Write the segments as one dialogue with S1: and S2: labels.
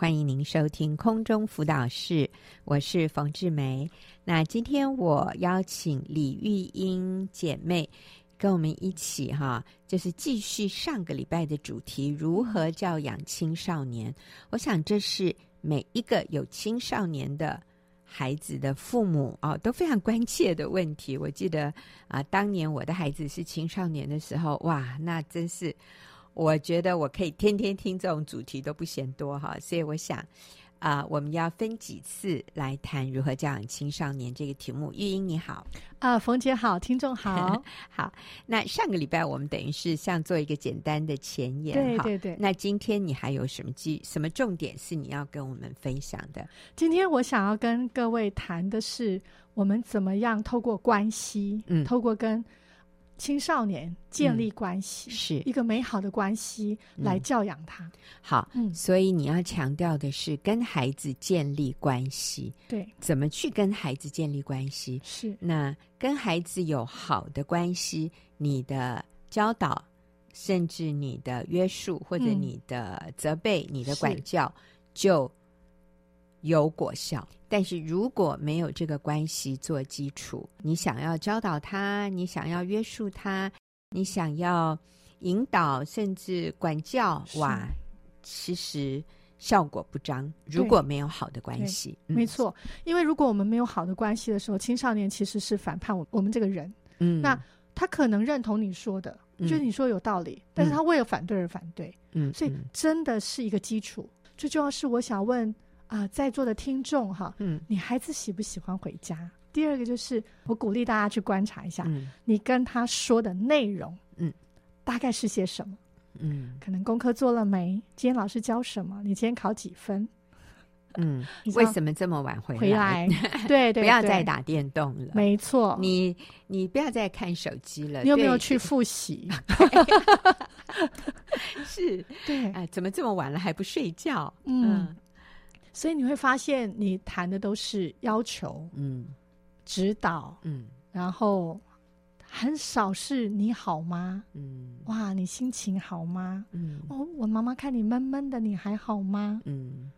S1: 欢迎您收听空中辅导室，我是冯志梅。那今天我邀请李玉英姐妹跟我们一起哈，就是继续上个礼拜的主题——如何教养青少年。我想这是每一个有青少年的孩子的父母啊、哦、都非常关切的问题。我记得啊、当年我的孩子是青少年的时候，哇，那真是。我觉得我可以天天听这种主题都不嫌多哈，所以我想，啊、我们要分几次来谈如何教养青少年这个题目。玉英你好，
S2: 啊，冯姐好，听 众好，
S1: 好，那上个礼拜我们等于是像做一个简单的前言
S2: 对
S1: 哈。
S2: 对对。
S1: 那今天你还有什么记什么重点是你要跟我们分享的？
S2: 今天我想要跟各位谈的是，我们怎么样透过关系，
S1: 嗯
S2: 透过跟青少年建立关系，
S1: 是
S2: 一个美好的关系
S1: 嗯
S2: 来教养他。
S1: 好，
S2: 嗯，
S1: 所以你要强调的是跟孩子建立关系，
S2: 对，
S1: 怎么去跟孩子建立关系？
S2: 是
S1: 那跟孩子有好的关系，你的教导，甚至你的约束或者
S2: 嗯
S1: 你的责备、你的
S2: 是
S1: 管教，就有果效。但是如果没有这个关系做基础，你想要教导他，你想要约束他，你想要引导甚至管教，
S2: 是
S1: 哇，其实效果不彰。如
S2: 对
S1: 果没有好的关
S2: 对
S1: 系，嗯
S2: 没，错。因为如果我们没有好的关系的时候，青少年其实是反叛我我们这个人，
S1: 嗯，
S2: 那他可能认同你说的，
S1: 嗯
S2: 觉得你说有道理，但是他为了反对而反对。
S1: 嗯，
S2: 所以
S1: 嗯
S2: 真的是一个基础。最重要是，我想问啊、在座的听众哈，
S1: 嗯
S2: 你孩子喜不喜欢回家？第二个就是，我鼓励大家去观察一下，
S1: 嗯
S2: 你跟他说的内容，
S1: 嗯，
S2: 大概是些什么？
S1: 嗯。
S2: 可能功课做了没？今天老师教什么？你今天考几分？
S1: 嗯，
S2: 你知道
S1: 为什么这么晚回
S2: 回来？ 对对对，
S1: 不要再，打电动了。
S2: 没错。
S1: 你你不要再看手机了。
S2: 你有没有
S1: 对
S2: 去复习？
S1: 是
S2: 对，
S1: 哎，怎么这么晚了还不睡觉？
S2: 嗯，所以你会发现，你谈的都是要求、
S1: 嗯
S2: 指导，
S1: 嗯
S2: 然后很少是你好吗？
S1: 嗯
S2: 哇，你心情好吗？
S1: 嗯
S2: 哦，我妈妈看你闷闷的，你还好吗？
S1: 嗯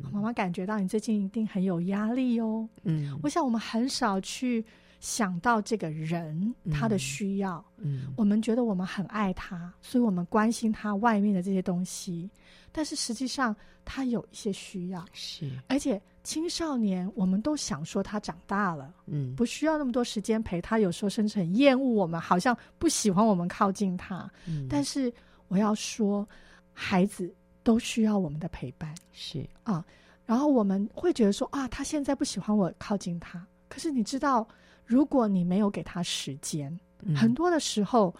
S2: 哦妈妈感觉到你最近一定很有压力哦。
S1: 嗯
S2: 我想我们很少去想到这个人
S1: 嗯
S2: 他的需要，
S1: 嗯
S2: 我们觉得我们很爱他，所以我们关心他外面的这些东西，但是实际上他有一些需要，
S1: 是
S2: 而且青少年我们都想说他长大了。
S1: 嗯
S2: 不需要那么多时间陪他，有时候甚至很厌恶我们，好像不喜欢我们靠近他。
S1: 嗯
S2: 但是我要说，孩子都需要我们的陪伴。
S1: 是
S2: 然后我们会觉得说啊，他现在不喜欢我靠近他。可是你知道，如果你没有给他时间，
S1: 嗯
S2: 很多的时候，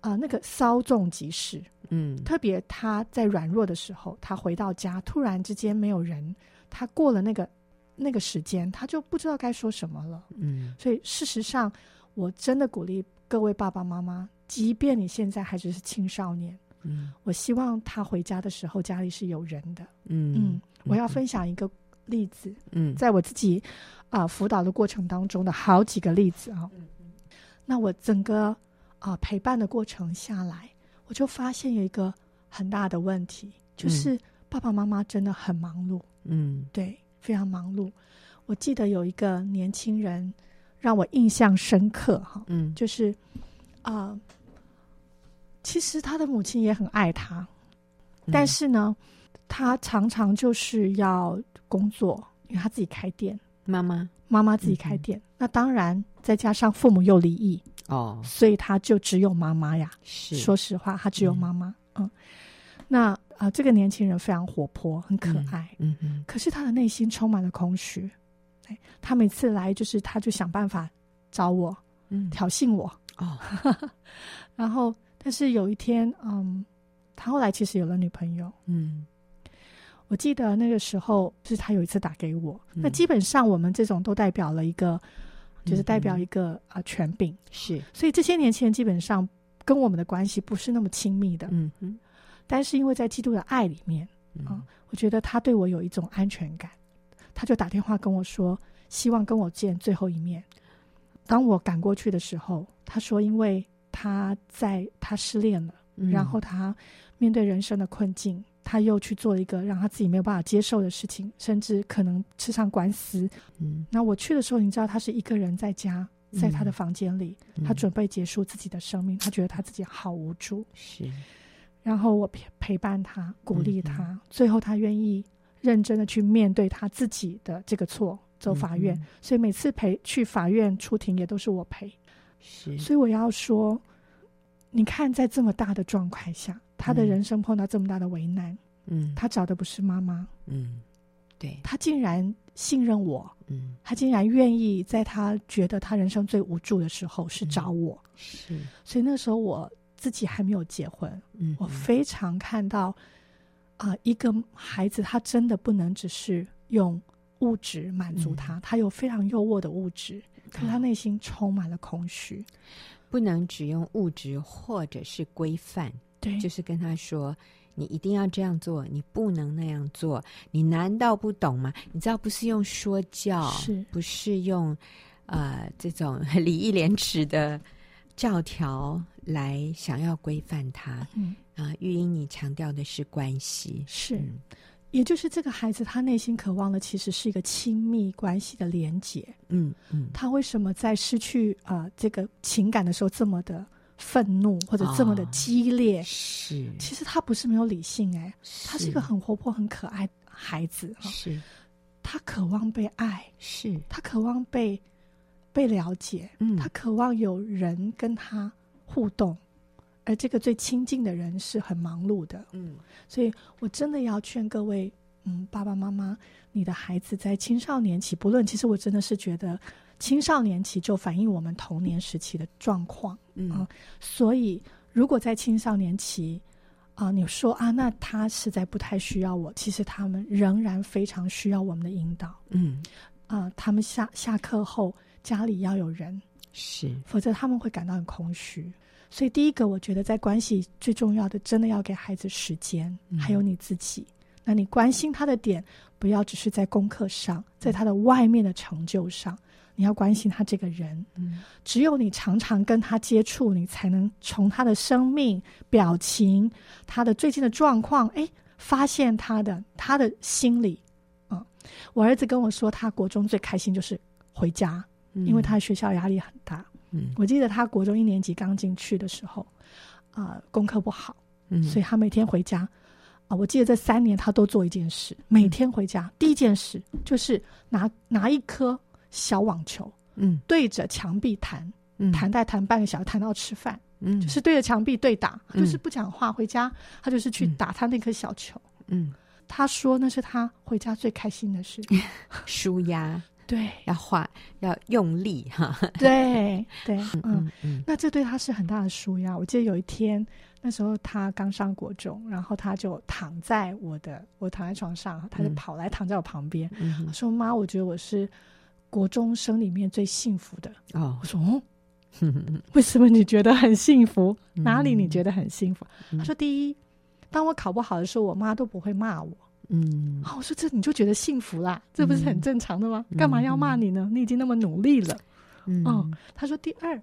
S2: 啊、那个稍纵即逝。
S1: 嗯
S2: 特别他在软弱的时候，他回到家，突然之间没有人，他过了那个那个时间，他就不知道该说什么了。
S1: 嗯
S2: 所以事实上，我真的鼓励各位爸爸妈妈，即便你现在还只是青少年，
S1: 嗯
S2: 我希望他回家的时候家里是有人的。嗯
S1: 嗯，
S2: 我要分享一个例子，
S1: 嗯
S2: 在我自己啊、辅导的过程当中的好几个例子啊。那我整个啊、陪伴的过程下来，我就发现有一个很大的问题，就是爸爸妈妈真的很忙碌。
S1: 嗯
S2: 对，非常忙碌。我记得有一个年轻人让我印象深刻哈，
S1: 嗯
S2: 就是啊、呃其实他的母亲也很爱他，
S1: 嗯
S2: 但是呢，他常常就是要工作，因为他自己开店，
S1: 嗯妈妈
S2: 妈妈自己
S1: 嗯
S2: 开店。那当然，再加上父母又离异，
S1: 哦
S2: 所以他就只有妈妈呀。
S1: 是
S2: 说实话，他只有
S1: 嗯
S2: 妈妈。嗯，那啊、呃这个年轻人非常活泼，很可
S1: 嗯
S2: 爱。
S1: 嗯嗯
S2: 可是他的内心充满了空虚。哎，他每次来就是他就想办法找我
S1: 嗯
S2: 挑衅我，
S1: 哦
S2: 然后但是有一天，嗯，他后来其实有了女朋友。
S1: 嗯
S2: 我记得那个时候就是他有一次打给我，
S1: 嗯
S2: 那基本上我们这种都代表了一个，就是代表
S1: 嗯
S2: 一个啊、呃权柄，
S1: 是
S2: 所以这些年轻人基本上跟我们的关系不是那么亲密的。
S1: 嗯嗯
S2: 但是因为在基督的爱里面，
S1: 嗯
S2: 我觉得他对我有一种安全感，他就打电话跟我说，希望跟我见最后一面。当我赶过去的时候，他说，因
S1: 嗯
S2: 为他在他失恋了，然后他面对人生的困境，他又去做一个让他自己没有办法接受的事情，甚至可能吃上官司。
S1: 嗯
S2: 那我去的时候，你知道他是一个人在家，在他的
S1: 嗯
S2: 房间里，
S1: 嗯
S2: 他准备结束自己的生命，他觉得他自己好无助。
S1: 是
S2: 然后我陪陪伴他，鼓励
S1: 嗯哼
S2: 他，最后他愿意认真的去面对他自己的这个错，走法院。
S1: 嗯
S2: 所以每次陪去法院出庭也都是我陪。
S1: 是
S2: 所以我要说，你看，在这么大的状况下，他的
S1: 嗯
S2: 人生碰到这么大的为难，
S1: 嗯
S2: 他找的不是妈妈，
S1: 嗯对
S2: 他竟然信任我，
S1: 嗯
S2: 他竟然愿意在他觉得他人生最无助的时候
S1: 嗯
S2: 是找我。
S1: 是
S2: 所以那时候我自己还没有结婚，
S1: 嗯
S2: 我
S1: 嗯
S2: 非常看到啊、一个孩子他真的不能只是用物质满
S1: 嗯
S2: 足他，他有非常优渥的物质，可他内心充满了空虚。
S1: 不能只用物质或者是规范，
S2: 对
S1: 就是跟他说。你一定要这样做，你不能那样做，你难道不懂吗？你知道不是用说教，
S2: 是
S1: 不是用呃这种 礼义廉耻的教条来想要规范他啊、
S2: 嗯，
S1: 玉英，你强调的是关系，
S2: 是，
S1: 嗯
S2: 也就是这个孩子他内心渴望的其实是一个亲密关系的连结。
S1: 嗯嗯，
S2: 他为什么在失去啊、呃这个情感的时候这么的愤怒或者这么的
S1: 啊
S2: 激烈？
S1: 是，
S2: 其实他不是没有理性哎、他是一个很活泼、很可爱的孩子哈、
S1: 是
S2: 他渴望被爱，
S1: 是，
S2: 他渴望被被了解，
S1: 嗯，
S2: 他渴望有人跟他互动，而这个最亲近的人是很忙碌的，
S1: 嗯
S2: 所以我真的要劝各位，嗯，爸爸妈妈，你的孩子在青少年期，不论其实我真的是觉得青少年期就反映我们童年时期的状况，
S1: 嗯
S2: 啊所以如果在青少年期。啊、你说啊，那他实在不太需要我。其实他们仍然非常需要我们的引导
S1: 嗯
S2: 啊、他们下下课后家里要有人，
S1: 是，
S2: 否则他们会感到很空虚。所以，第一个，我觉得在关系最重要的，真的要给孩子时间，
S1: 嗯
S2: 还有你自己。那你关心他的点，不要只是在功课上，在他的外面的成就上，你要关心他这个人。
S1: 嗯
S2: 只有你常常跟他接触，你才能从他的生命、表情、他的最近的状况，哎，发现他的他的心理。啊、我儿子跟我说，他国中最开心就是回家，因为他学校压力很大。
S1: 嗯
S2: 我记得他国中一年级刚进去的时候，啊、功课不好，
S1: 嗯，
S2: 所以他每天回家，啊、我记得这三年他都做一件事，
S1: 嗯
S2: 每天回家、第一件事就是拿拿一颗小网球
S1: 嗯
S2: 对着墙壁弹，
S1: 嗯
S2: 弹带弹半个小时，弹到吃饭，
S1: 嗯
S2: 就是对着墙壁对打，他
S1: 嗯
S2: 就是不讲话，回家他就是去
S1: 嗯
S2: 打他那颗小球。
S1: 嗯
S2: 他说那是他回家最开心的事。
S1: 舒压
S2: 对
S1: 要画要用力哈，
S2: 对对，嗯
S1: 嗯嗯
S2: 那这对他是很大的舒压。我记得有一天，那时候他刚上国中，然后他就躺在我的，我躺在床上，他就
S1: 嗯
S2: 跑来躺在我旁边，
S1: 嗯
S2: 他
S1: 哼
S2: 说：“妈，我觉得我是国中生里面最幸福的。”
S1: 哦
S2: 我，说：“哦，为什么你觉得很幸福？
S1: 嗯
S2: 哪里你觉得很幸福？”
S1: 嗯
S2: 他说：“第一，当我考不好的时候，我妈都不会骂我。
S1: 嗯
S2: 啊，我说：“这你就觉得幸福啦，这不是很
S1: 嗯
S2: 正常的吗？干嘛要骂你呢？你已经那么努力了。”
S1: 嗯
S2: 哦他说第二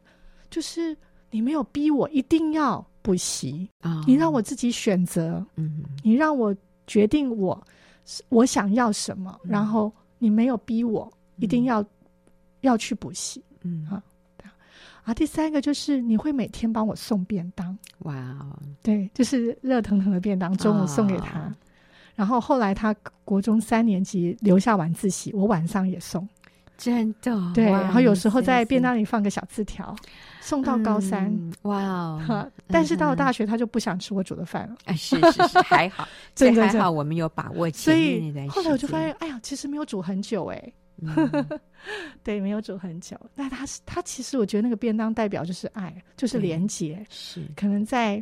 S2: 就是你没有逼我一定要补习，
S1: 啊
S2: 哦你让我自己选择，
S1: 嗯
S2: 你让我决定我是我想要什么，
S1: 嗯
S2: 然后你没有逼我一定要、要去补习
S1: 嗯
S2: 啊啊。第三个就是你会每天帮我送便当，
S1: 哇哦，
S2: 对，就是热腾腾的便当，中午送给他。
S1: 啊
S2: 然后后来他国中三年级留下晚自习，我晚上也送，
S1: 真的
S2: 对，
S1: 哦哇
S2: 然后有时候
S1: 真
S2: 在
S1: 是
S2: 便当里放个小字条，送到高三，
S1: 嗯哇哦，
S2: 哈，但是到
S1: 嗯
S2: 了大学，他就不想吃我煮的饭了，
S1: 啊是是是，还好，
S2: 真
S1: 所以
S2: 的
S1: 还
S2: 真的
S1: 好，我们有把握
S2: 所
S1: 前面那
S2: 以
S1: 段时间。
S2: 后来我就发现，哎呀，其实没有煮很久，哎，
S1: 嗯，
S2: 对，没有煮很久。那他是他其实我觉得那个便当代表就是爱，就是
S1: 对
S2: 连结。
S1: 是
S2: 可能在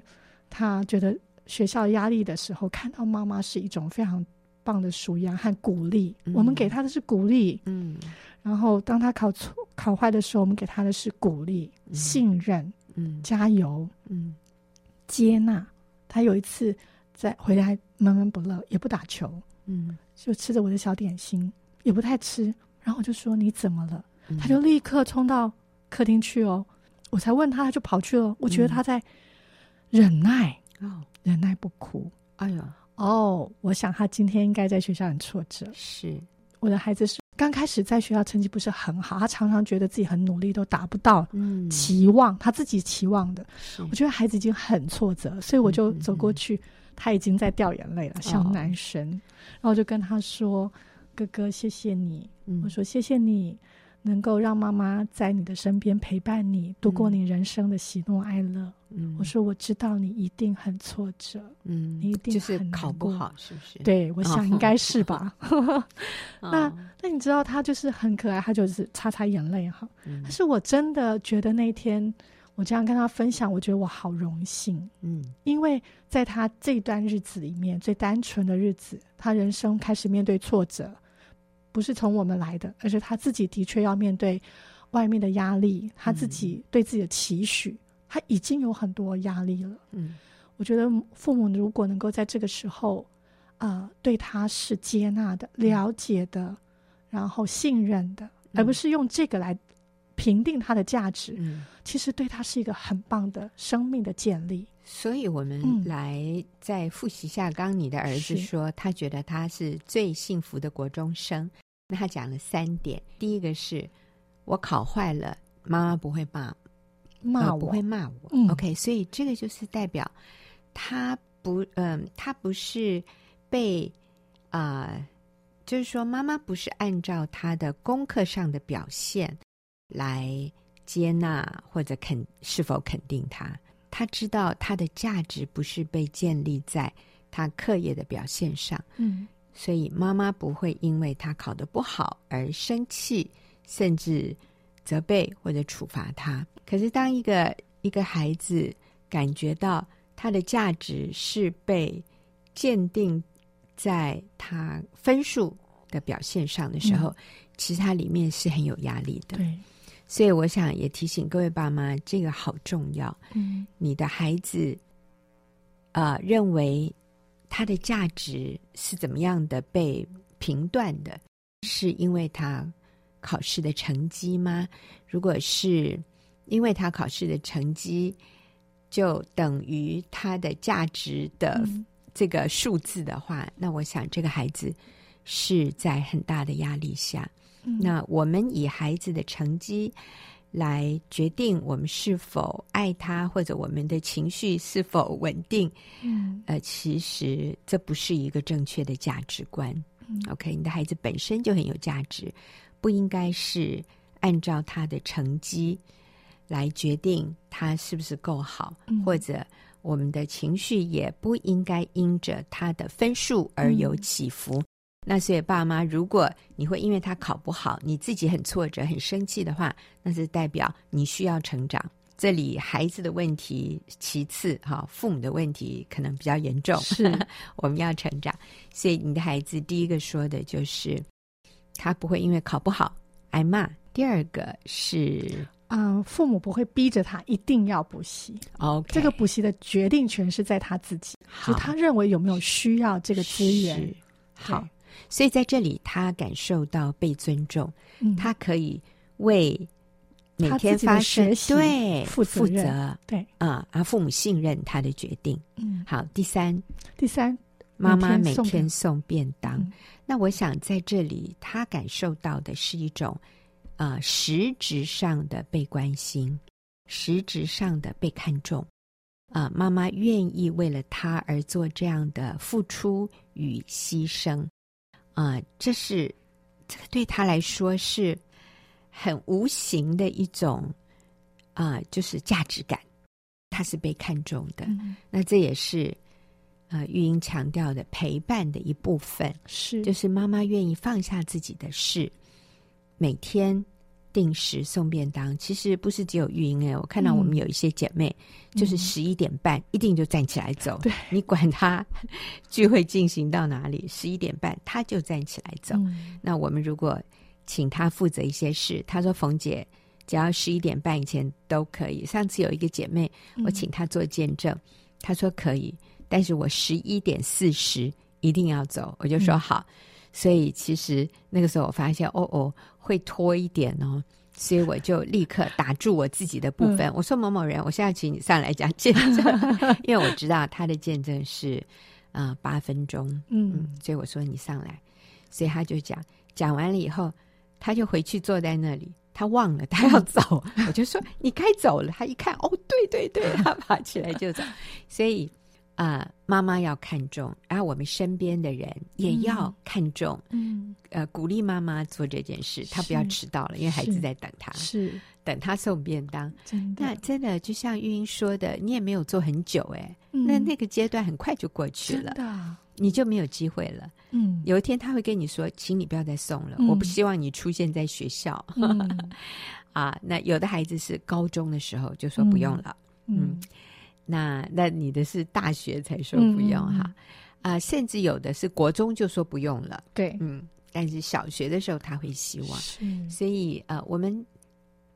S2: 他觉得学校压力的时候，看到妈妈是一种非常棒的舒压和鼓励。我们
S1: 嗯
S2: 给他的是鼓励，
S1: 嗯
S2: 然后当他考错考坏的时候，我们给他的是鼓励、
S1: 嗯
S2: 信任、
S1: 嗯
S2: 加油。
S1: 嗯
S2: 接纳。他有一次在回来闷闷不乐，也不打球，
S1: 嗯，
S2: 就吃着我的小点心，也不太吃。然后我就说你怎么了？
S1: 嗯
S2: 他就立刻冲到客厅去哦。我才问他，他就哦跑去了。我觉得他在忍耐，
S1: 哦，
S2: 忍耐不哭。
S1: 哎呦，
S2: 哦，我想他今天应该在学校很挫折。
S1: 是，
S2: 我的孩子是刚开始在学校成绩不是很好，他常常觉得自己很努力都达不到
S1: 嗯，
S2: 期望，他自己期望的。
S1: 是
S2: 我觉得孩子已经很挫折，所以我就
S1: 嗯嗯哦
S2: 走过去，他已经在掉眼泪了，小男生。然后我就跟他说：“哥哥，谢谢你，
S1: 嗯
S2: 我说谢谢你能够让妈妈在你的身边陪伴你，度过你人生的喜怒哀乐。
S1: 嗯
S2: 我说我知道你一定很挫折，
S1: 嗯，
S2: 你一定
S1: 就是
S2: 很难
S1: 考不
S2: 过
S1: 好，是不是？，
S2: 对我想应该是吧。 那
S1: 哦
S2: 那你知道他就是很可爱，他就是擦擦眼泪哈。
S1: 嗯
S2: 但是我真的觉得那一天我这样跟他分享，我觉得我好荣幸，
S1: 嗯
S2: 因为在他这段日子里面，最单纯的日子，他人生开始面对挫折，不是从我们来的，而是他自己的确要面对外面的压力，他自己对自己的期许，他已经有很多压力了。
S1: 嗯
S2: 我觉得父母如果能够在这个时候，呃，对他是接纳的、
S1: 嗯
S2: 了解的，然后信任的，而不是用这个来评定他的价值，
S1: 嗯，
S2: 其实对他是一个很棒的生命的建立。
S1: 所以我们
S2: 嗯
S1: 来再复习一下，刚刚你的儿子
S2: 是
S1: 说他觉得他是最幸福的国中生，那他讲了三点，第一个是我考坏了，妈妈不会骂
S2: 骂
S1: 呃
S2: 我，
S1: 不会骂我。
S2: 嗯
S1: OK，所以这个就是代表他不，嗯、他不是被啊、呃就是说妈妈不是按照他的功课上的表现来接纳或者肯是否肯定他，他知道他的价值不是被建立在他课业的表现上。
S2: 嗯
S1: 所以妈妈不会因为他考得不好而生气，甚至责备或者处罚他。可是当一个一个孩子感觉到他的价值是被鉴定在他分数的表现上的时候，其实他里面是很有压力的。
S2: 对，
S1: 所以我想也提醒各位爸妈，这个好重要。
S2: 嗯
S1: 你的孩子，呃，认为他的价值是怎么样的被评断的？是因为他考试的成绩吗？如果是因为他考试的成绩，就等于他的价值的
S2: 嗯
S1: 这个数字的话，那我想这个孩子是在很大的压力下。
S2: 嗯
S1: 那我们以孩子的成绩来决定我们是否爱他，或者我们的情绪是否稳定。
S2: 嗯
S1: 呃，其实这不是一个正确的价值观。
S2: 嗯
S1: OK，你的孩子本身就很有价值，不应该是按照他的成绩来决定他是不是够好，
S2: 嗯
S1: 或者我们的情绪也不应该因着他的分数而有
S2: 嗯
S1: 起伏。那所以，爸妈，如果你会因为他考不好，你自己很挫折、很生气的话，那是代表你需要成长。这里孩子的问题其次，哈，父母的问题可能比较严重。
S2: 是
S1: 我们要成长。所以你的孩子第一个说的就是，他不会因为考不好挨骂。第二个是
S2: 啊、父母不会逼着他一定要补习，
S1: OK，
S2: 哦这个补习的决定权是在他自己，
S1: 好
S2: 就他认为有没有需要这个资源
S1: 是。好。所以在这里，他感受到被尊重，
S2: 嗯，
S1: 他可以为每
S2: 他自己
S1: 天
S2: 的
S1: 发生
S2: 学习
S1: 对
S2: 负责任
S1: 责
S2: 对，
S1: 啊，而父母信任他的决定。
S2: 嗯，
S1: 好，第三，
S2: 第三，
S1: 妈妈每
S2: 每天送
S1: 天
S2: 便
S1: 送便当。
S2: 嗯
S1: 那我想在这里，他感受到的是一种呃实质上的被关心，实质上的被看重。啊、妈妈愿意为了他而做这样的付出与牺牲，啊、这是这个对他来说是很无形的一种啊、就是价值感，他是被看重的。
S2: 嗯
S1: 那这也是呃玉英强调的陪伴的一部分，
S2: 是，
S1: 就是妈妈愿意放下自己的事，每天定时送便当。其实不是只有玉英哎，我看到
S2: 嗯
S1: 我们有一些姐妹，就是
S2: 嗯
S1: 十一点半、一定就站起来走，
S2: 对
S1: 你管她 聚会进行到哪里，十一点半她就站起来走。
S2: 嗯
S1: 那我们如果请她负责一些事，她说冯姐。只要十一点半以前都可以。上次有一个姐妹，我
S2: 嗯
S1: 请他做见证，他说可以，但是我十一点四十一定要走，我就说
S2: 嗯
S1: 好。所以其实那个时候我发现，哦哦，会拖一点哦。所以我就立刻打住我自己的部
S2: 嗯
S1: 分， 我说某某人，我现在请你上来讲见证，因为我知道他的见证是，啊、呃八分钟，
S2: 嗯
S1: 嗯，所以我说你上来，所以他就讲，讲完了以后，他就回去坐在那里，他忘了他
S2: 嗯
S1: 要走，我就说你该走了，他一看，哦，对对 对，他爬起来就走，所以啊、呃妈妈要看重，然后我们身边的人也要
S2: 嗯
S1: 看重，
S2: 嗯，
S1: 呃，鼓励妈妈做这件事，她不要
S2: 是
S1: 迟到了，因为孩子
S2: 是嗯
S1: 在等她，
S2: 是
S1: 等她送便当。
S2: 真
S1: 那
S2: 的。
S1: 真的就像玉英说的，你也没有做很久哎、
S2: 嗯
S1: 那那个嗯阶段很快就过去
S2: 真
S1: 了，
S2: 的啊，
S1: 你就没有机会了。
S2: 嗯，
S1: 有一天他会跟你说：“请你不要再送了，
S2: 嗯
S1: 我不希望你出现在学校、
S2: 嗯
S1: 啊。”那有的孩子是高中的时候就说不用了，
S2: 嗯
S1: 那那你的是大学才说
S2: 嗯
S1: 不用哈
S2: 嗯
S1: 啊、甚至有的是国中就说不用了，
S2: 对，
S1: 嗯，啊但是小学的时候他会希望，
S2: 是
S1: 所以呃，我们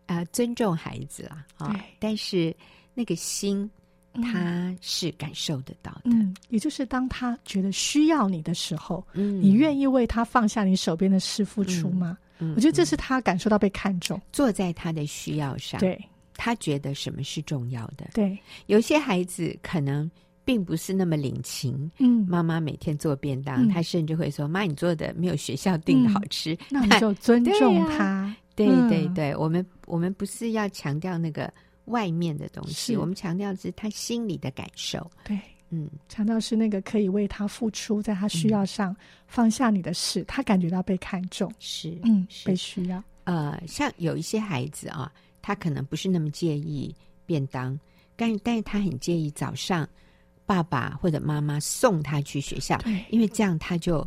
S1: 呃尊重孩子啦啊
S2: 对，
S1: 但是那个心
S2: 嗯
S1: 他是感受得到的，
S2: 嗯，也就是当他觉得需要你的时候，
S1: 嗯
S2: 你愿意为他放下你手边的事付出吗？
S1: 嗯
S2: 我觉得这是他感受到被看重。
S1: 坐在他的需要上，
S2: 对
S1: 他觉得什么是重要的。
S2: 对，
S1: 有些孩子可能并不是那么领情，
S2: 嗯，
S1: 妈妈每天做便当，
S2: 嗯
S1: 他甚至会说：“妈，你做的没有学校订的好吃。
S2: 那我们就尊
S1: 哎对
S2: 重
S1: 呀
S2: 他。
S1: 对
S2: 嗯
S1: 对对，我们我们不是要强调那个外面的东西，
S2: 是
S1: 我们强调的是他心里的感受。
S2: 对，
S1: 嗯，
S2: 强调是那个可以为他付出，在他需要上放下你的事，他感觉到被看重，
S1: 是，
S2: 嗯，被
S1: 是
S2: 需要，
S1: 呃，像有一些孩子啊，他可能不是那么介意便当，但但是他很介意早上爸爸或者妈妈送他去学校，
S2: 对，
S1: 因为这样他就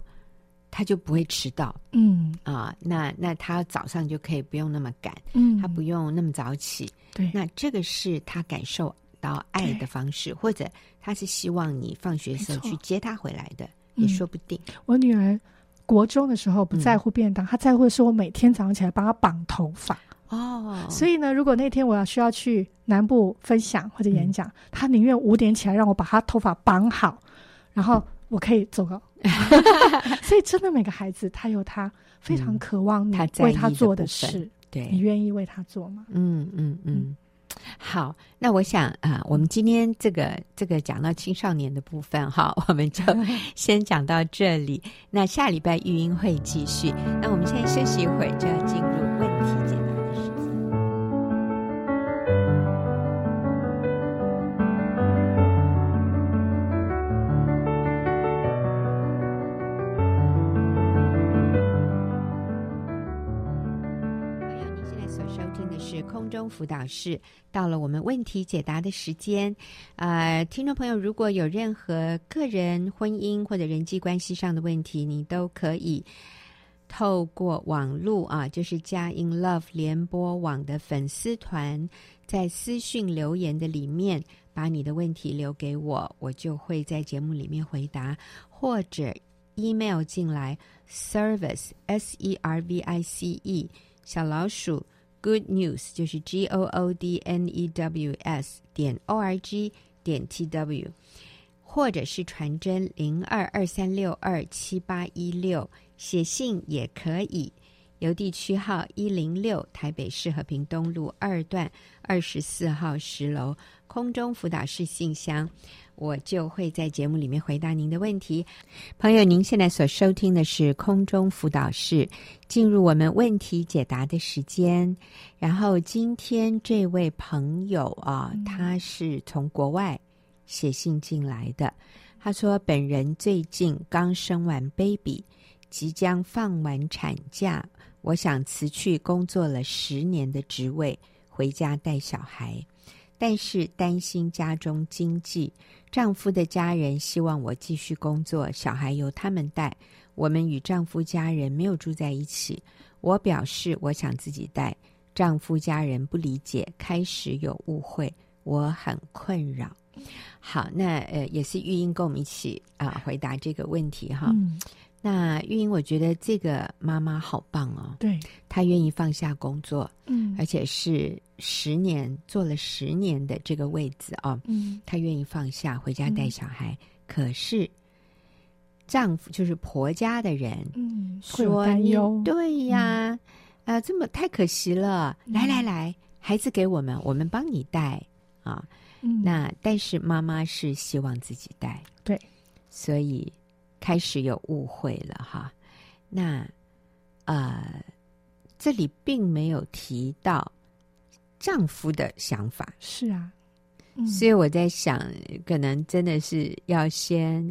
S1: 他就不会迟到。
S2: 嗯
S1: 啊，那那他早上就可以不用那么赶，
S2: 嗯，
S1: 他不用那么早起。
S2: 对，
S1: 那这个是他感受到爱的方式，或者他是希望你放学的时候
S2: 没错
S1: 去接他回来的，
S2: 嗯
S1: 也说不定。
S2: 我女儿国中的时候不
S1: 嗯
S2: 在乎便当，她在乎的是我每天早上起来帮她绑头发。
S1: 哦，
S2: 所以呢，如果那天我要需要去南部分享或者
S1: 嗯
S2: 演讲，她宁愿五点起来让我把她头发绑好，然后我可以 走了。所以真的每个孩子他有他非常
S1: 嗯
S2: 渴望你
S1: 他在
S2: 为
S1: 意
S2: 他
S1: 的
S2: 做
S1: 部
S2: 的
S1: 分
S2: 事，你
S1: 对，
S2: 愿意为他做吗？
S1: 嗯嗯嗯。好，那我想啊，我们今天这个这个讲到青少年的部分哈，我们 就先讲到这里。那下礼拜育婴会继续。那我们现在休息一会儿，就要进入问题解答的时间。朋友，您现在所收听的是空中辅导室。到了我们问题解答的时间，呃，听众朋友如果有任何个人、婚姻或者人际关系上的问题，你都可以透过网络啊，就是佳音 Love 联播网的粉丝团，在私讯留言的里面。把你的问题留给我，我就会在节目里面回答，或者 email 进来 service s e r v i c e 小老鼠 Good News 就是 G O O D N E W S 点 O R G 点 T W，或者是传真零二二三六二七八一六，写信也可以。邮递区号一零六，台北市和平东路二段二十四号十楼空中辅导室信箱，我就会在节目里面回答您的问题。朋友，您现在所收听的是空中辅导室，进入我们问题解答的时间。然后今天这位朋友啊，
S2: 嗯
S1: 他是从国外写信进来的。他说，本人最近刚生完 baby，即将放完产假，我想辞去工作了十年的职位，回家带小孩，但是担心家中经济。丈夫的家人希望我继续工作，小孩由他们带。我们与丈夫家人没有住在一起，我表示我想自己带，丈夫家人不理解，开始有误会，我很困扰。好，那呃，也是玉英跟我们一起啊、回答这个问题哈。
S2: 嗯，
S1: 那玉英，我觉得这个妈妈好棒哦，
S2: 对，
S1: 她愿意放下工作，
S2: 嗯
S1: 而且是十年做了十年的这个位置啊、
S2: 嗯
S1: 她愿意放下回家带
S2: 嗯
S1: 小孩，可是丈夫就是婆家的人
S2: 嗯，会有
S1: 说
S2: 担
S1: 你
S2: 忧，嗯
S1: 对呀，呃，这么太可惜了，来来来，孩子给我们，我们帮你带啊。
S2: 嗯，
S1: 那但是妈妈是希望自己带，
S2: 对，
S1: 所以开始有误会了哈。那呃，这里并没有提到丈夫的想法，
S2: 是啊，嗯
S1: 所以我在想，可能真的是要先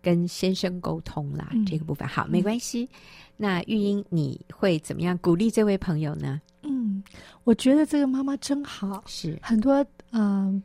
S1: 跟先生沟通啦，
S2: 嗯
S1: 这个部分好，
S2: 嗯
S1: 没关系。那玉英，你会怎么样鼓励这位朋友呢？
S2: 嗯，我觉得这个妈妈真好，
S1: 是，
S2: 很多嗯、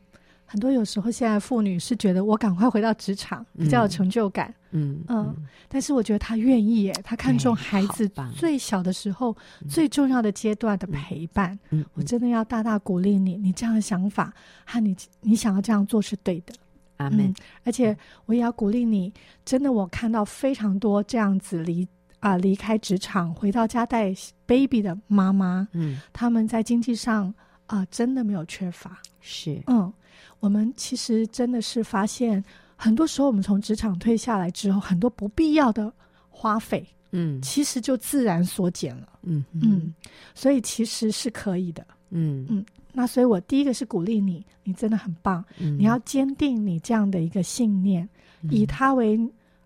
S2: 很多有时候现在妇女是觉得我赶快回到职场比较有
S1: 嗯
S2: 成就感，
S1: 嗯
S2: 嗯，但是我觉得她愿意耶，她看重
S1: 哎
S2: 孩
S1: 好
S2: 子
S1: 棒
S2: 最小的时候、
S1: 嗯
S2: 最重要的阶段的
S1: 嗯
S2: 陪伴，
S1: 嗯，
S2: 我真的要大大鼓励你，你这样的想法和你你想要这样做是对的。
S1: 阿门
S2: 嗯，，而且我也要鼓励你，真的，我看到非常多这样子离啊、离开职场回到家带 baby 的妈妈，
S1: 嗯，
S2: 他们在经济上啊、真的没有缺乏。
S1: 是，
S2: 嗯，我们其实真的是发现，很多时候我们从职场退下来之后，很多不必要的花费，
S1: 嗯
S2: 其实就自然缩减了。
S1: 嗯嗯
S2: 嗯，所以其实是可以的。
S1: 嗯
S2: 那所以我第一个是鼓励你，你真的很棒，
S1: 嗯，
S2: 你要坚定你这样的一个信念。以他为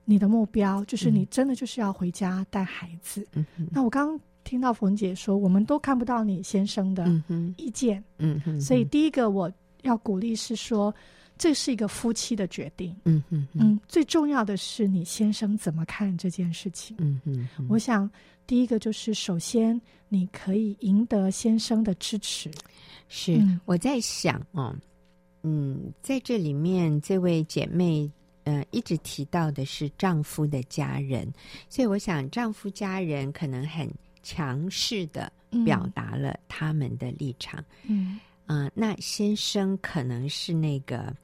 S2: 你的目标，就是你真的就是要回家带孩子。
S1: 嗯哼，
S2: 那我刚刚听到冯姐说，我们都看不到你先生的
S1: 嗯哼，
S2: 意见，
S1: 嗯哼，
S2: 所以第一个我要鼓励是说，这是一个夫妻的决定。
S1: 嗯哼，嗯
S2: 嗯，最重要的是你先生怎么看这件事情。
S1: 嗯哼，
S2: 我想，第一个就是首先你可以赢得先生的支持。
S1: 是、
S2: 嗯
S1: 我在想哦，嗯，在这里面这位姐妹。呃，一直提到的是丈夫的家人，所以我想丈夫家人可能很强势的表达了他们的立场。
S2: 嗯，
S1: 嗯、那先生可能是那个，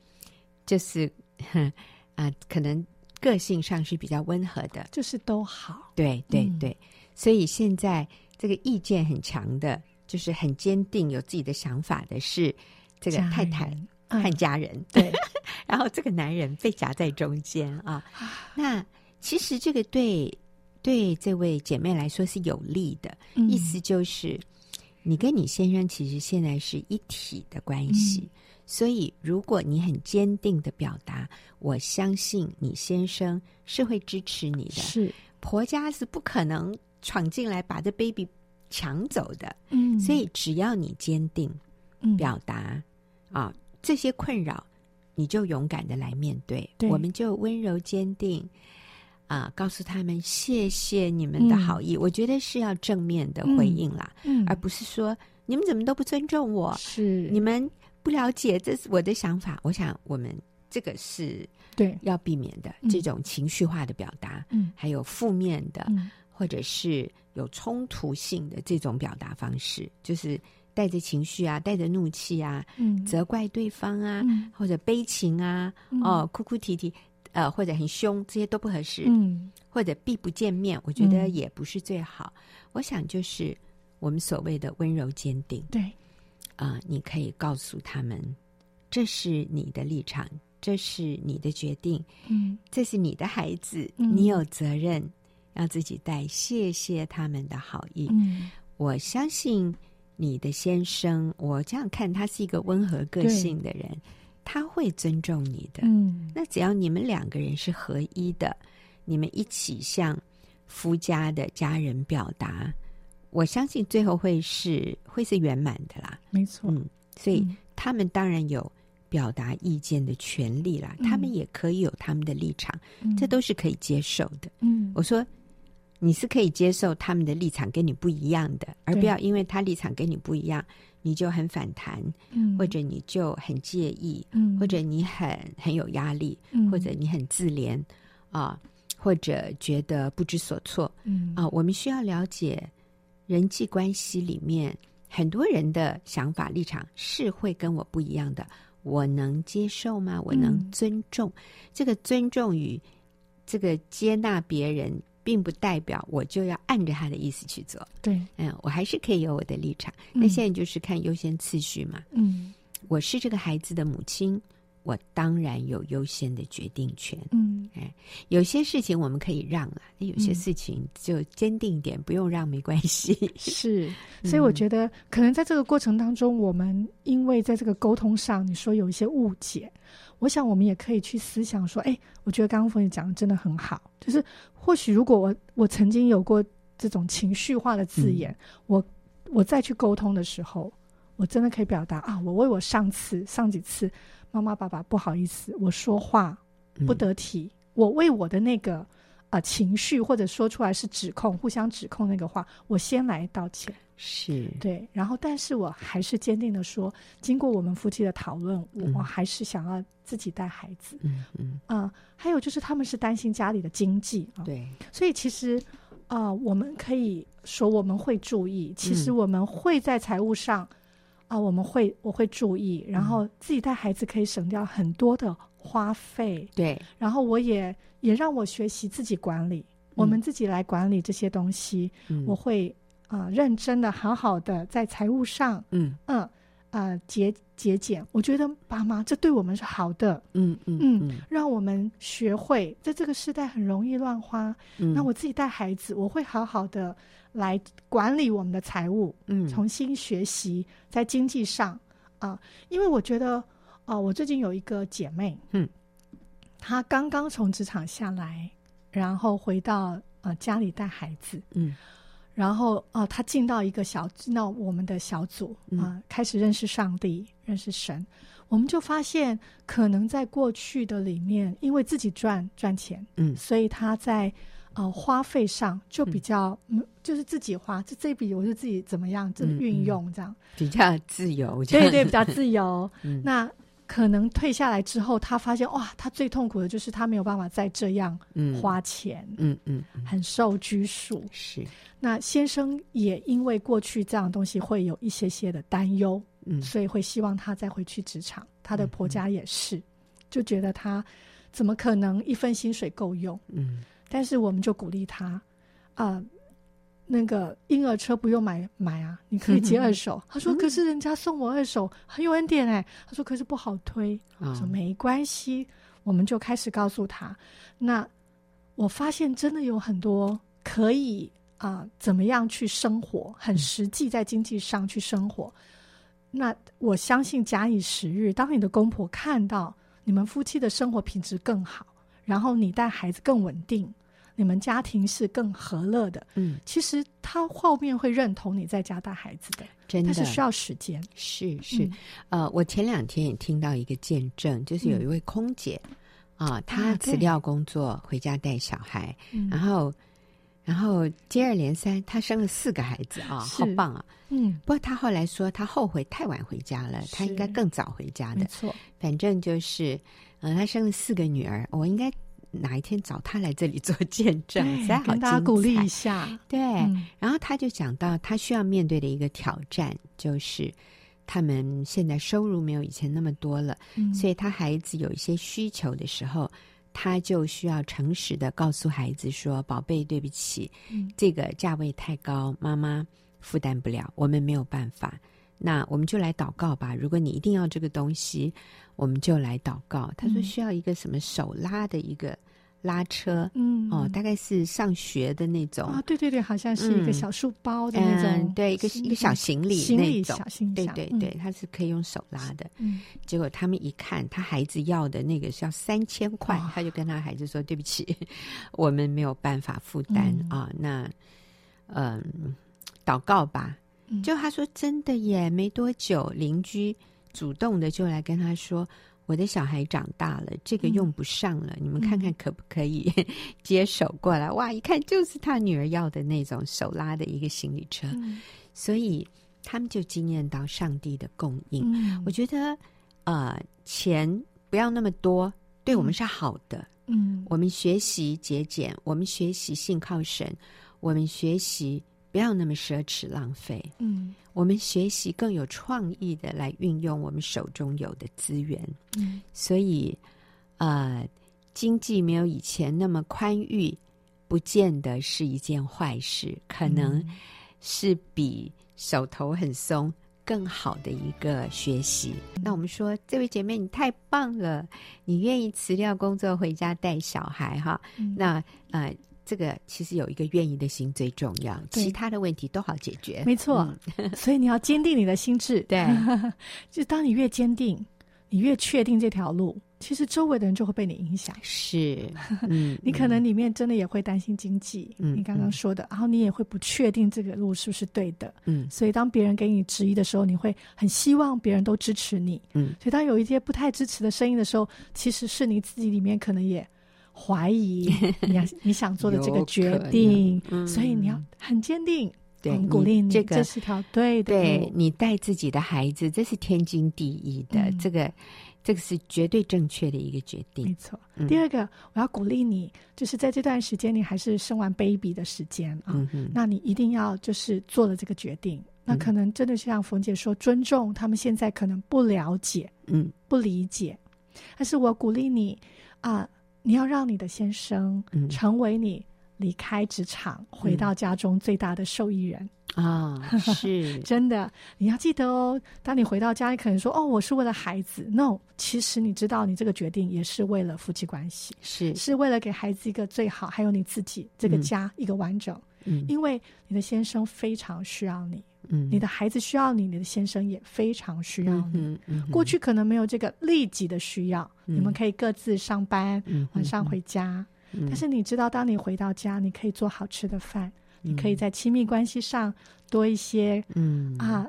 S1: 就是 哼啊、可能个性上是比较温和的，
S2: 就是都好。
S1: 对对
S2: 嗯
S1: 对，所以现在这个意见很强的，就是很坚定有自己的想法的是这个
S2: 家
S1: 太太
S2: 人
S1: 和
S2: 嗯
S1: 家人，
S2: 对
S1: 然后这个男人被夹在中间啊。那其实这个对对这位姐妹来说是有利的，
S2: 嗯
S1: 意思就是你跟你先生其实现在是一体的关系。
S2: 嗯
S1: 所以，如果你很坚定的表达，我相信你先生是会支持你的，
S2: 是
S1: 婆家是不可能闯进来把这 baby 抢走的，
S2: 嗯，
S1: 所以只要你坚定
S2: 嗯
S1: 表达啊这些困扰，你就勇敢的来面对，
S2: 对
S1: 我们就温柔坚定啊，告诉他们谢谢你们的好意，我觉得是要正面的回应啦，
S2: 嗯
S1: 而不是说你们怎么都不尊重我，
S2: 是
S1: 你们不了解这是我的想法，我想我们这个是
S2: 对，
S1: 要避免的、
S2: 嗯
S1: 这种情绪化的表达，
S2: 嗯
S1: 还有负面的。
S2: 嗯
S1: 或者是有冲突性的这种表达方式，就是带着情绪啊，带着怒气啊，
S2: 嗯，
S1: 责怪对方啊，
S2: 嗯
S1: 或者悲情啊，
S2: 嗯
S1: 哦，哭哭啼啼，呃，或者很凶，这些都不合适，
S2: 嗯
S1: 或者避不见面，我觉得
S2: 嗯
S1: 也不是最好。我想就是我们所谓的温柔坚定
S2: 对，
S1: 啊、你可以告诉他们，这是你的立场，这是你的决定，
S2: 嗯
S1: 这是你的孩子，
S2: 嗯
S1: 你有责任要自己带。谢谢他们的好意，
S2: 嗯
S1: 我相信你的先生，我这样看他是一个温和个性的人，他会尊重你的。
S2: 嗯
S1: 那只要你们两个人是合一的，你们一起向夫家的家人表达，我相信最后会是会是圆满的啦。
S2: 没错，
S1: 嗯，所以
S2: 嗯
S1: 他们当然有。表达意见的权利啦，
S2: 嗯
S1: 他们也可以有他们的立场，这都是可以接受的。
S2: 嗯
S1: 我说，你是可以接受他们的立场跟你不一样的，而
S2: 对
S1: 不要因为他立场跟你不一样，你就很反弹，
S2: 嗯
S1: 或者你就很介意，
S2: 嗯
S1: 或者你很很有压力，
S2: 嗯
S1: 或者你很自怜啊，或者觉得不知所措
S2: 嗯
S1: 啊。我们需要了解人际关系里面很多人的想法立场是会跟我不一样的，我能接受吗？我能
S2: 嗯
S1: 尊重？这个尊重与这个接纳别人，并不代表我就要按着他的意思去做。
S2: 对，
S1: 嗯，我还是可以有我的立场。那
S2: 嗯
S1: 现在就是看优先次序嘛。
S2: 嗯
S1: 我是这个孩子的母亲，我当然有优先的决定权。
S2: 嗯
S1: 有些事情我们可以让啊，那有些
S2: 嗯
S1: 事情就坚定一点，不用让没关系。
S2: 是，所以我觉得可能在这个过程当中，我们因为在这个沟通上，你说有一些误解，我想我们也可以去思想说，哎，我觉得刚刚冯姐讲的真的很好，就是或许如果我我曾经有过这种情绪化的字眼，我我再去沟通的时候，我真的可以表达啊，我为我上次上几次妈妈爸爸不好意思，我说话
S1: 嗯
S2: 不得体，我为我的那个呃情绪或者说出来是指控，互相指控那个话，我先来道歉，
S1: 嗯是，
S2: 对，然后但是我还是坚定的说，经过我们夫妻的讨论，我
S1: 嗯
S2: 我还是想要自己带孩子
S1: 嗯嗯，
S2: 啊、呃还有就是他们是担心家里的经济啊，
S1: 对，
S2: 所以其实啊、呃我们可以说我们会注意，其实
S1: 嗯
S2: 我们会在财务上啊、我们会我会注意，
S1: 嗯
S2: 然后自己带孩子可以省掉很多的花费，
S1: 对，
S2: 然后我也也让我学习自己管理，我们自己来管理这些东西，
S1: 嗯
S2: 我会啊、呃认真的、好好的在财务上，
S1: 嗯
S2: 嗯啊、呃节节俭，我觉得爸妈这对我们是好的，
S1: 嗯嗯
S2: 嗯让我们学会在这个时代很容易乱花。
S1: 嗯
S2: 那我自己带孩子，我会好好的来管理我们的财务，
S1: 嗯
S2: 重新学习在经济上啊、因为我觉得啊、我最近有一个姐妹，
S1: 嗯，
S2: 她刚刚从职场下来，然后回到呃家里带孩子，
S1: 嗯
S2: 然后啊、她进到一个小进到我们的小组
S1: 嗯
S2: 啊、开始认识上帝，认识神，我们就发现可能在过去的里面，因为自己赚赚钱，
S1: 嗯
S2: 所以他在呃花费上就比较，嗯，就是自己花，这这笔我就自己怎么样，这
S1: 嗯
S2: 运用这样，
S1: 比较自由，这
S2: 对
S1: 样
S2: 对， 比较自由。
S1: 嗯
S2: 那可能退下来之后，他发现哇，他最痛苦的就是他没有办法再这样
S1: 嗯
S2: 花钱，
S1: 嗯嗯嗯
S2: 很受拘束。
S1: 是
S2: 那先生也因为过去这样的东西会有一些些的担忧，
S1: 嗯
S2: 所以会希望她再回去职场。她的
S1: 嗯
S2: 婆家也是，就觉得她怎么可能一份薪水够用？
S1: 嗯
S2: 但是我们就鼓励他，啊、那个婴儿车不用买买啊，你可以接二手。他说：“可是人家送我二手很有恩典哎、他说：“可是不好推。
S1: 啊
S2: 我说：“没关系。”我们就开始告诉他，那我发现真的有很多可以啊、怎么样去生活，
S1: 嗯
S2: 很实际在经济上去生活。那我相信假以时日，当你的公婆看到你们夫妻的生活品质更好，然后你带孩子更稳定，你们家庭是更和乐的，
S1: 嗯
S2: 其实他后面会认同你在家带孩子的，
S1: 真
S2: 但
S1: 的
S2: 是需要嗯时间。
S1: 是是呃，我前两天也听到一个见证，就是有一位空姐啊，她
S2: 嗯啊对
S1: 辞掉工作回家带小孩，
S2: 嗯
S1: 然后然后接二连三，她生了四个孩子啊，
S2: 是
S1: 好棒啊！
S2: 嗯，
S1: 不过她后来说，她后悔太晚回家了，她
S2: 是嗯
S1: 应该更早回家
S2: 没
S1: 的。
S2: 错，
S1: 反正就是，嗯、她生了四个女儿，我应该哪一天找她来这里做见证，实在好
S2: 嗯跟大家
S1: 精
S2: 鼓励
S1: 彩哎
S2: 一下。
S1: 对，
S2: 嗯
S1: 然后他就讲到他需要面对的一个挑战，就是他们现在收入没有以前那么多了，
S2: 嗯
S1: 所以他孩子有一些需求的时候，他就需要诚实的告诉孩子说：“宝贝，对不起，
S2: 嗯
S1: 这个价位太高，妈妈负担不了，我们没有办法。”那我们就来祷告吧。如果你一定要这个东西，我们就来祷告。他说
S2: 嗯
S1: 需要一个什么手拉的一个拉车，
S2: 嗯
S1: 哦，大概是上学的那种
S2: 啊，对对对，好像是一个
S1: 嗯
S2: 小书包的那
S1: 嗯，
S2: 种，
S1: 对，一个
S2: 行
S1: 一个小行李
S2: 行
S1: 那
S2: 李
S1: 种，
S2: 小嗯行李
S1: 对
S2: 箱
S1: 对对，，它是可以用手拉的。
S2: 嗯
S1: 结果他们一看，他孩子要的那个是要三千块
S2: 哇，
S1: 他就跟他孩子说：“对不起， 我们没有办法负担
S2: 嗯
S1: 啊、那嗯，祷告吧。”
S2: 嗯
S1: 就他说真的耶，没多久邻居主动的就来跟他说。我的小孩长大了，这个
S2: 嗯
S1: 用不上了，你们看看可不可以 接手过来？哇，一看就是他女儿要的那种手拉的一个行李车，
S2: 嗯
S1: 所以他们就惊艳到上帝的供应。
S2: 嗯，
S1: 我觉得，呃，钱不要那么多，对我们是好的。
S2: 嗯
S1: 我们学习节俭，我们学习信靠神，我们学习不要那么奢侈浪费，
S2: 嗯
S1: 我们学习更有创意的来运用我们手中有的资源。
S2: 嗯
S1: 所以，呃，经济没有以前那么宽裕，不见得嗯是一件坏事，可能是比手头很松更好的一个学习。那我们说，这位姐妹你太棒了，你愿意辞掉工作回家带小孩哈？
S2: 嗯
S1: 那呃，这个其实有一个愿意的心最重要，
S2: 对
S1: 其他的问题都好解决。
S2: 没错，所以你要坚定你的心智。
S1: 嗯 对，
S2: 就当你越坚定，你越确定这条路，其实周围的人就会被你影响。
S1: 是，嗯，
S2: 你可能里面真的也会担心经济，
S1: 嗯
S2: 你刚刚说的，然后你也会不确定这个路是不是对的，
S1: 嗯
S2: 所以当别人给你质疑的时候，你会很希望别人都支持你，
S1: 嗯
S2: 所以当有一些不太支持的声音的时候，其实是你自己里面可能也 怀疑你想你想做的这个决定，
S1: 嗯，
S2: 所以你要很坚定，
S1: 对
S2: 我们鼓励你，
S1: 这个
S2: 这是条对的
S1: 对
S2: 路，
S1: 你带自己的孩子，这是天经地义的，
S2: 嗯
S1: 这个这个是绝对正确的一个决定
S2: 没。错。
S1: 嗯
S2: 第二个，我要鼓励你，就是在这段时间，你还是生完 baby 的时间啊，
S1: 嗯哼，
S2: 那你一定要就是做了这个决定。那可能真的像冯姐说，尊重他们现在可能不了解、
S1: 嗯
S2: 不理解，但是我鼓励你啊、你要让你的先生
S1: 嗯
S2: 成为你离开职场、回到家中最大的受益人。
S1: 啊、 是
S2: 真的，你要记得哦。当你回到家，你可能说：“哦，我是为了孩子。”No，其实你知道，你这个决定也是为了夫妻关系，
S1: 是，
S2: 是为了给孩子一个最好，还有你自己这个
S1: 嗯
S2: 家、一个完整。
S1: 嗯
S2: 因为你的先生非常需要你，
S1: 嗯，
S2: 你的孩子需要你，你的先生也非常需要
S1: 嗯
S2: 你。
S1: 哼嗯哼
S2: 过去可能没有这个立即的需要，
S1: 嗯
S2: 你们可以各自上班，
S1: 嗯
S2: 晚上回家。
S1: 嗯
S2: 但是你知道，当你回到家，你可以做好吃的饭，你可以
S1: 嗯
S2: 在亲密关系上多一些
S1: 嗯
S2: 啊，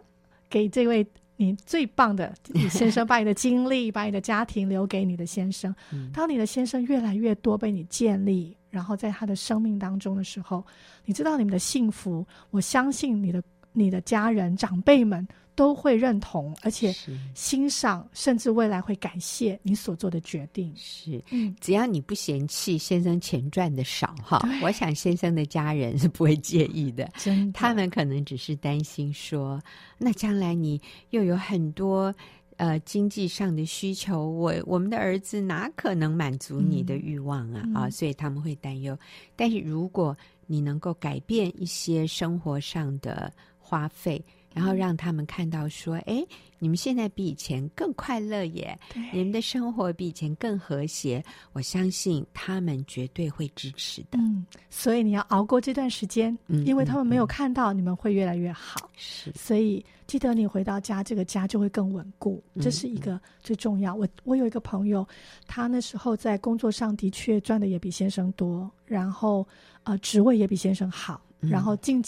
S2: 给这位你最棒的你先生，把你的精力、把你的家庭留给你的先生
S1: 嗯。
S2: 当你的先生越来越多被你建立，然后在他的生命当中的时候，你知道你们的幸福，我相信你的你的家人长辈们都会认同，而且
S1: 是
S2: 欣赏，甚至未来会感谢你所做的决定。
S1: 是。
S2: 嗯，
S1: 只要你不嫌弃先生钱赚的少哈，
S2: 对
S1: 我想先生的家人是不会介意的。
S2: 真的
S1: 他们可能只是担心说，那将来你又有很多呃经济上的需求，我我们的儿子哪可能满足你的欲望啊、
S2: 嗯
S1: 啊，
S2: 嗯
S1: 所以他们会担忧。但是如果你能够改变一些生活上的花费，然
S2: 嗯
S1: 后让他们看到说，哎，你们现在比以前更快乐耶，你
S2: 对，
S1: 们的生活比以前更和谐，我相信他们绝对会支持的。
S2: 嗯，所以你要熬过这段时间，
S1: 嗯
S2: 因为他
S1: 嗯
S2: 们没有
S1: 嗯
S2: 看到你们会越来越好。
S1: 是，
S2: 所以记得你回到家，这个家就会更稳固，
S1: 嗯
S2: 这是一个最重要。我我有一个朋友，他那时候在工作上的确赚的也比先生多，然后呃职位也比先生好，
S1: 嗯
S2: 然后进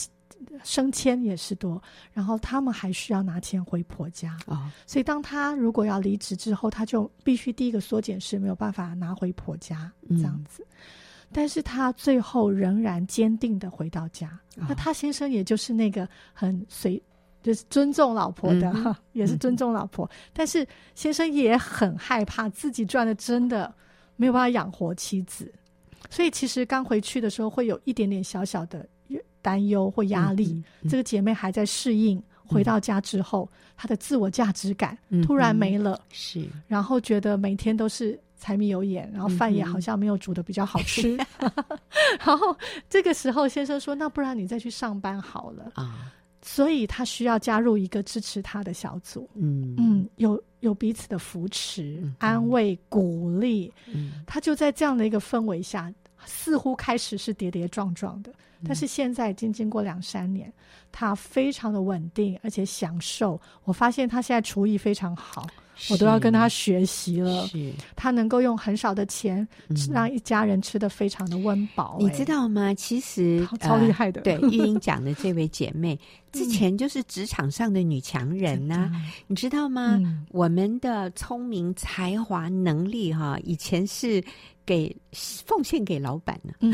S2: 升迁也是多，然后他们还需要拿钱回婆家，
S1: 哦，
S2: 所以当他如果要离职之后，他就必须第一个缩减是没有办法拿回婆家
S1: 嗯
S2: 这样子。但是他最后仍然坚定的回到家。
S1: 哦
S2: 那他先生也就是那个很随，就是尊重老婆的，
S1: 嗯
S2: 也是尊重老婆。但是先生也很害怕自己赚的真的没有办法养活妻子，所以其实刚回去的时候会有一点点小小的担忧或压力。
S1: 嗯嗯
S2: 这个姐妹还在适应，回到家之后，她的自我价值感突然没了，
S1: 嗯是，
S2: 然后觉得每天都是柴米油盐，然后饭也
S1: 嗯哼
S2: 好像没有煮的比较好吃。 然后这个时候，先生说：“那不然你再去上班好了。
S1: 啊，”
S2: 所以她需要加入一个支持她的小组，
S1: 嗯
S2: 嗯，有有彼此的扶持、
S1: 嗯哼
S2: 安慰、鼓励。
S1: 嗯
S2: 她就在这样的一个氛围下，似乎开始是跌跌撞撞的，
S1: 嗯
S2: 但是现在已经经过两三年，她非常的稳定，而且享受。我发现她现在厨艺非常好，我都要跟她学习了。
S1: 是，嗯
S2: 他能够用很少的钱吃让一家人吃的非常的温饱、
S1: 你
S2: 哎
S1: 知道吗？其实
S2: 超超厉、害的，嗯
S1: 呃对玉英讲的这位姐 妹，之前就是职场上的女强人呐、你知道吗？
S2: 嗯
S1: 我们的聪明、才华、能力、哈，以前是给奉献给老板呢
S2: 嗯，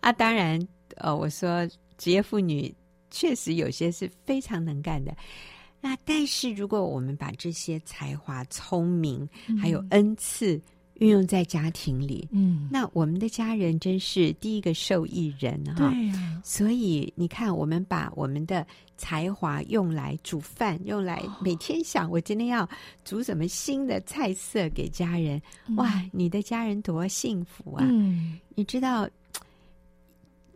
S1: 啊。当然，呃，我说职业妇女确实有些是非常能干的。那但是，如果我们把这些才华、聪明，
S2: 嗯
S1: 还有恩赐运用在家庭里，
S2: 嗯，
S1: 那我们的家人真是第一个受益人哈。
S2: 对呀、
S1: 所以你看，我们把我们的才华用来煮饭，用来
S2: 哦
S1: 每天想我今天要煮什么新的菜色给家人，
S2: 嗯
S1: 哇，你的家人多幸福啊！
S2: 嗯，
S1: 你知道，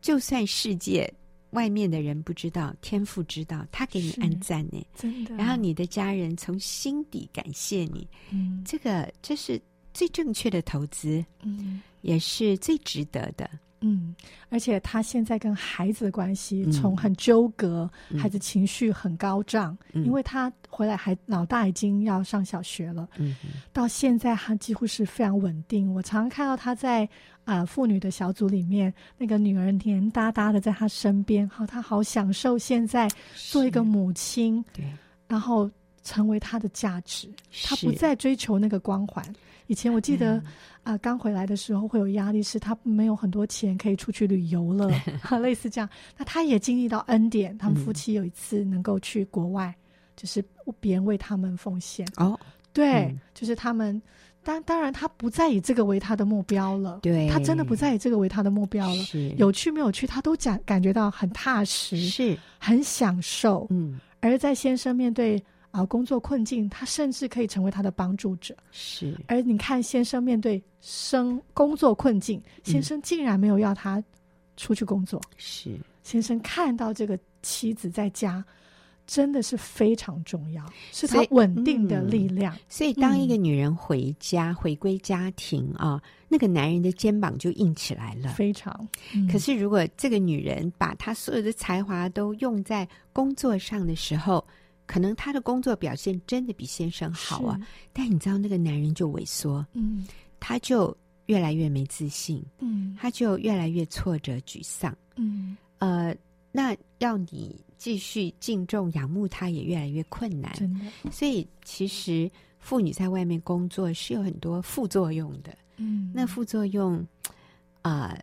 S1: 就算世界外面的人不知道，天父知道，他给你
S2: 是啊
S1: 按赞呢。
S2: 真的。
S1: 然后，你的家人从心底感谢你，
S2: 嗯
S1: 这个这是最正确的投资，
S2: 嗯
S1: 也是最值得的。
S2: 嗯，而且他现在跟孩子的关系
S1: 嗯
S2: 从很纠葛，
S1: 嗯
S2: 孩子情绪很高涨，
S1: 嗯
S2: 因为他回来还老大已经要上小学了，
S1: 嗯
S2: 到现在他几乎是非常稳定。我常常看到他在啊、呃妇女的小组里面，那个女儿黏哒哒的在他身边，好，他好享受现在做一个
S1: 是
S2: 母亲，
S1: 对，
S2: 然后成为他的价值。他不
S1: 是
S2: 再追求那个光环。以前我记得
S1: 嗯
S2: 啊、刚回来的时候会有压力，是他没有很多钱可以出去旅游 了，哈类似这样。那他也经历到恩典，他们夫
S1: 嗯
S2: 妻有一次能够去国外，就是别人为他们奉献。
S1: 哦，
S2: 对，
S1: 嗯
S2: 就是他们，当当然他不再以这个为他的目标了，
S1: 对，
S2: 他真的不再以这个为他的目标了。
S1: 是
S2: 有去没有去，他都感感觉到很踏实，
S1: 是
S2: 很享受。
S1: 嗯
S2: 而在先生面对啊、工作困境，他甚至可以成为他的帮助者。
S1: 是
S2: 而你看先生面对生工作困境，
S1: 嗯
S2: 先生竟然没有要他出去工作，
S1: 是
S2: 先生看到这个妻子在家。真的是非常重要，是他
S1: 所以
S2: 稳定的
S1: 嗯
S2: 力量。
S1: 所以，当一个女人回家、
S2: 嗯
S1: 回归家庭啊，那个男人的肩膀就硬起来了。
S2: 非常。嗯
S1: 可是，如果这个女人把她所有的才华都用在工作上的时候，可能她的工作表现真的比先生好啊。，
S2: 嗯是
S1: 但你知道，那个男人就萎缩，
S2: 嗯
S1: 他就越来越没自信，
S2: 嗯
S1: 他就越来越挫折、沮丧。
S2: 嗯，
S1: 呃，那要你继续敬重、仰慕他，也越来越困难。
S2: 真的，
S1: 所以，其实妇女在外面工作是有很多副作用的。
S2: 嗯，
S1: 那副作用，啊、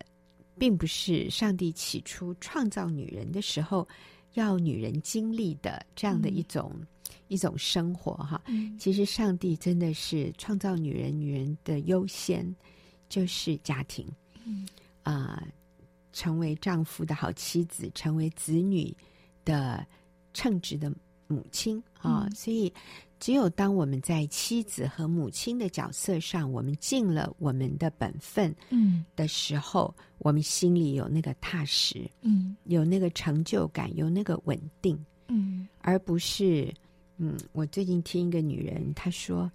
S1: 并不是上帝起初创造女人的时候要女人经历的这样的一
S2: 嗯
S1: 种、一种生活哈。
S2: 嗯
S1: 其实，上帝真的是创造女人，女人的优先就是家庭
S2: 嗯
S1: 啊、成为丈夫的好妻子，成为子女的称职的母亲啊、
S2: 嗯
S1: 所以，只有当我们在妻子和母亲的角色上，我们尽了我们的本分
S2: 嗯
S1: 的时候，我们心里有那个踏实，
S2: 嗯
S1: 有那个成就感，有那个稳定。
S2: 嗯
S1: 而不是，嗯，我最近听一个女人她说，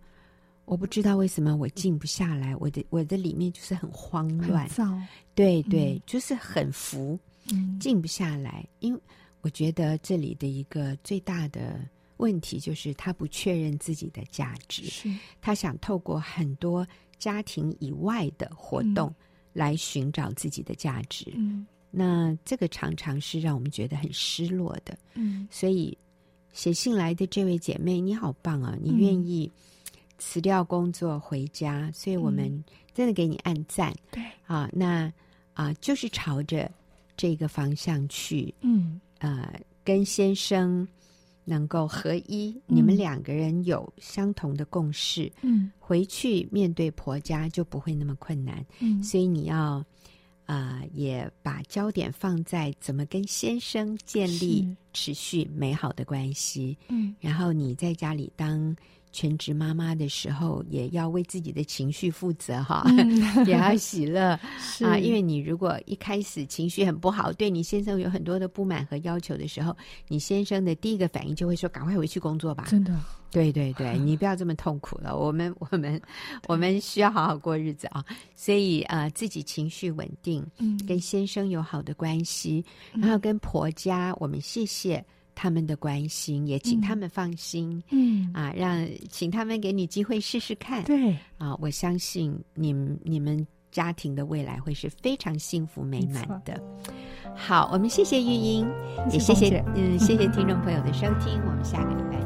S1: 我不知道为什么我静不下来，我的我的里面就是很慌
S2: 很
S1: 乱，
S2: 燥，
S1: 对对，
S2: 嗯
S1: 就是很浮，
S2: 嗯
S1: 静不下来。因为我觉得这里的一个最大的问题就是她不确认自己的价值，
S2: 是
S1: 她想透过很多家庭以外的活动。来寻找自己的价值，
S2: 嗯
S1: 那这个常常是让我们觉得很失落的。
S2: 嗯
S1: 所以写信来的这位姐妹，你好棒啊！你
S2: 嗯
S1: 愿意辞掉工作回家，所以我们真的给你按赞、
S2: 对，
S1: 啊！那啊，就是朝着这个方向去，
S2: 嗯
S1: 呃，跟先生能够合一，
S2: 嗯
S1: 你们两个人有相同的共识，
S2: 嗯
S1: 回去面对婆家就不会那么困难。
S2: 嗯
S1: 所以你要。啊、也把焦点放在怎么跟先生建立持
S2: 是
S1: 续美好的关系。
S2: 嗯
S1: 然后你在家里当全职妈妈的时候，也要为自己的情绪负责哈， 也要喜乐
S2: 嗯 是
S1: 啊。因为你如果一开始情绪很不好，对你先生有很多的不满和要求的时候，你先生的第一个反应就会说：“赶快回去工作吧。
S2: 真的，”
S1: 对对 对，你不要这么痛苦了，我们我们我们需要好好过日子啊。所以呃，自己情绪稳定，
S2: 嗯，
S1: 跟先生有好的关系，
S2: 嗯
S1: 然后跟婆家，我们谢谢他们的关心，也请
S2: 嗯
S1: 他们放心、
S2: 嗯
S1: 啊，让请他们给你机会试试看
S2: 对，
S1: 啊！我相信你们你们家庭的未来会是非常幸福美满的。好，我们谢谢玉英，也谢
S2: 谢谢
S1: 谢嗯谢谢听众朋友的收听，我们下个礼拜见。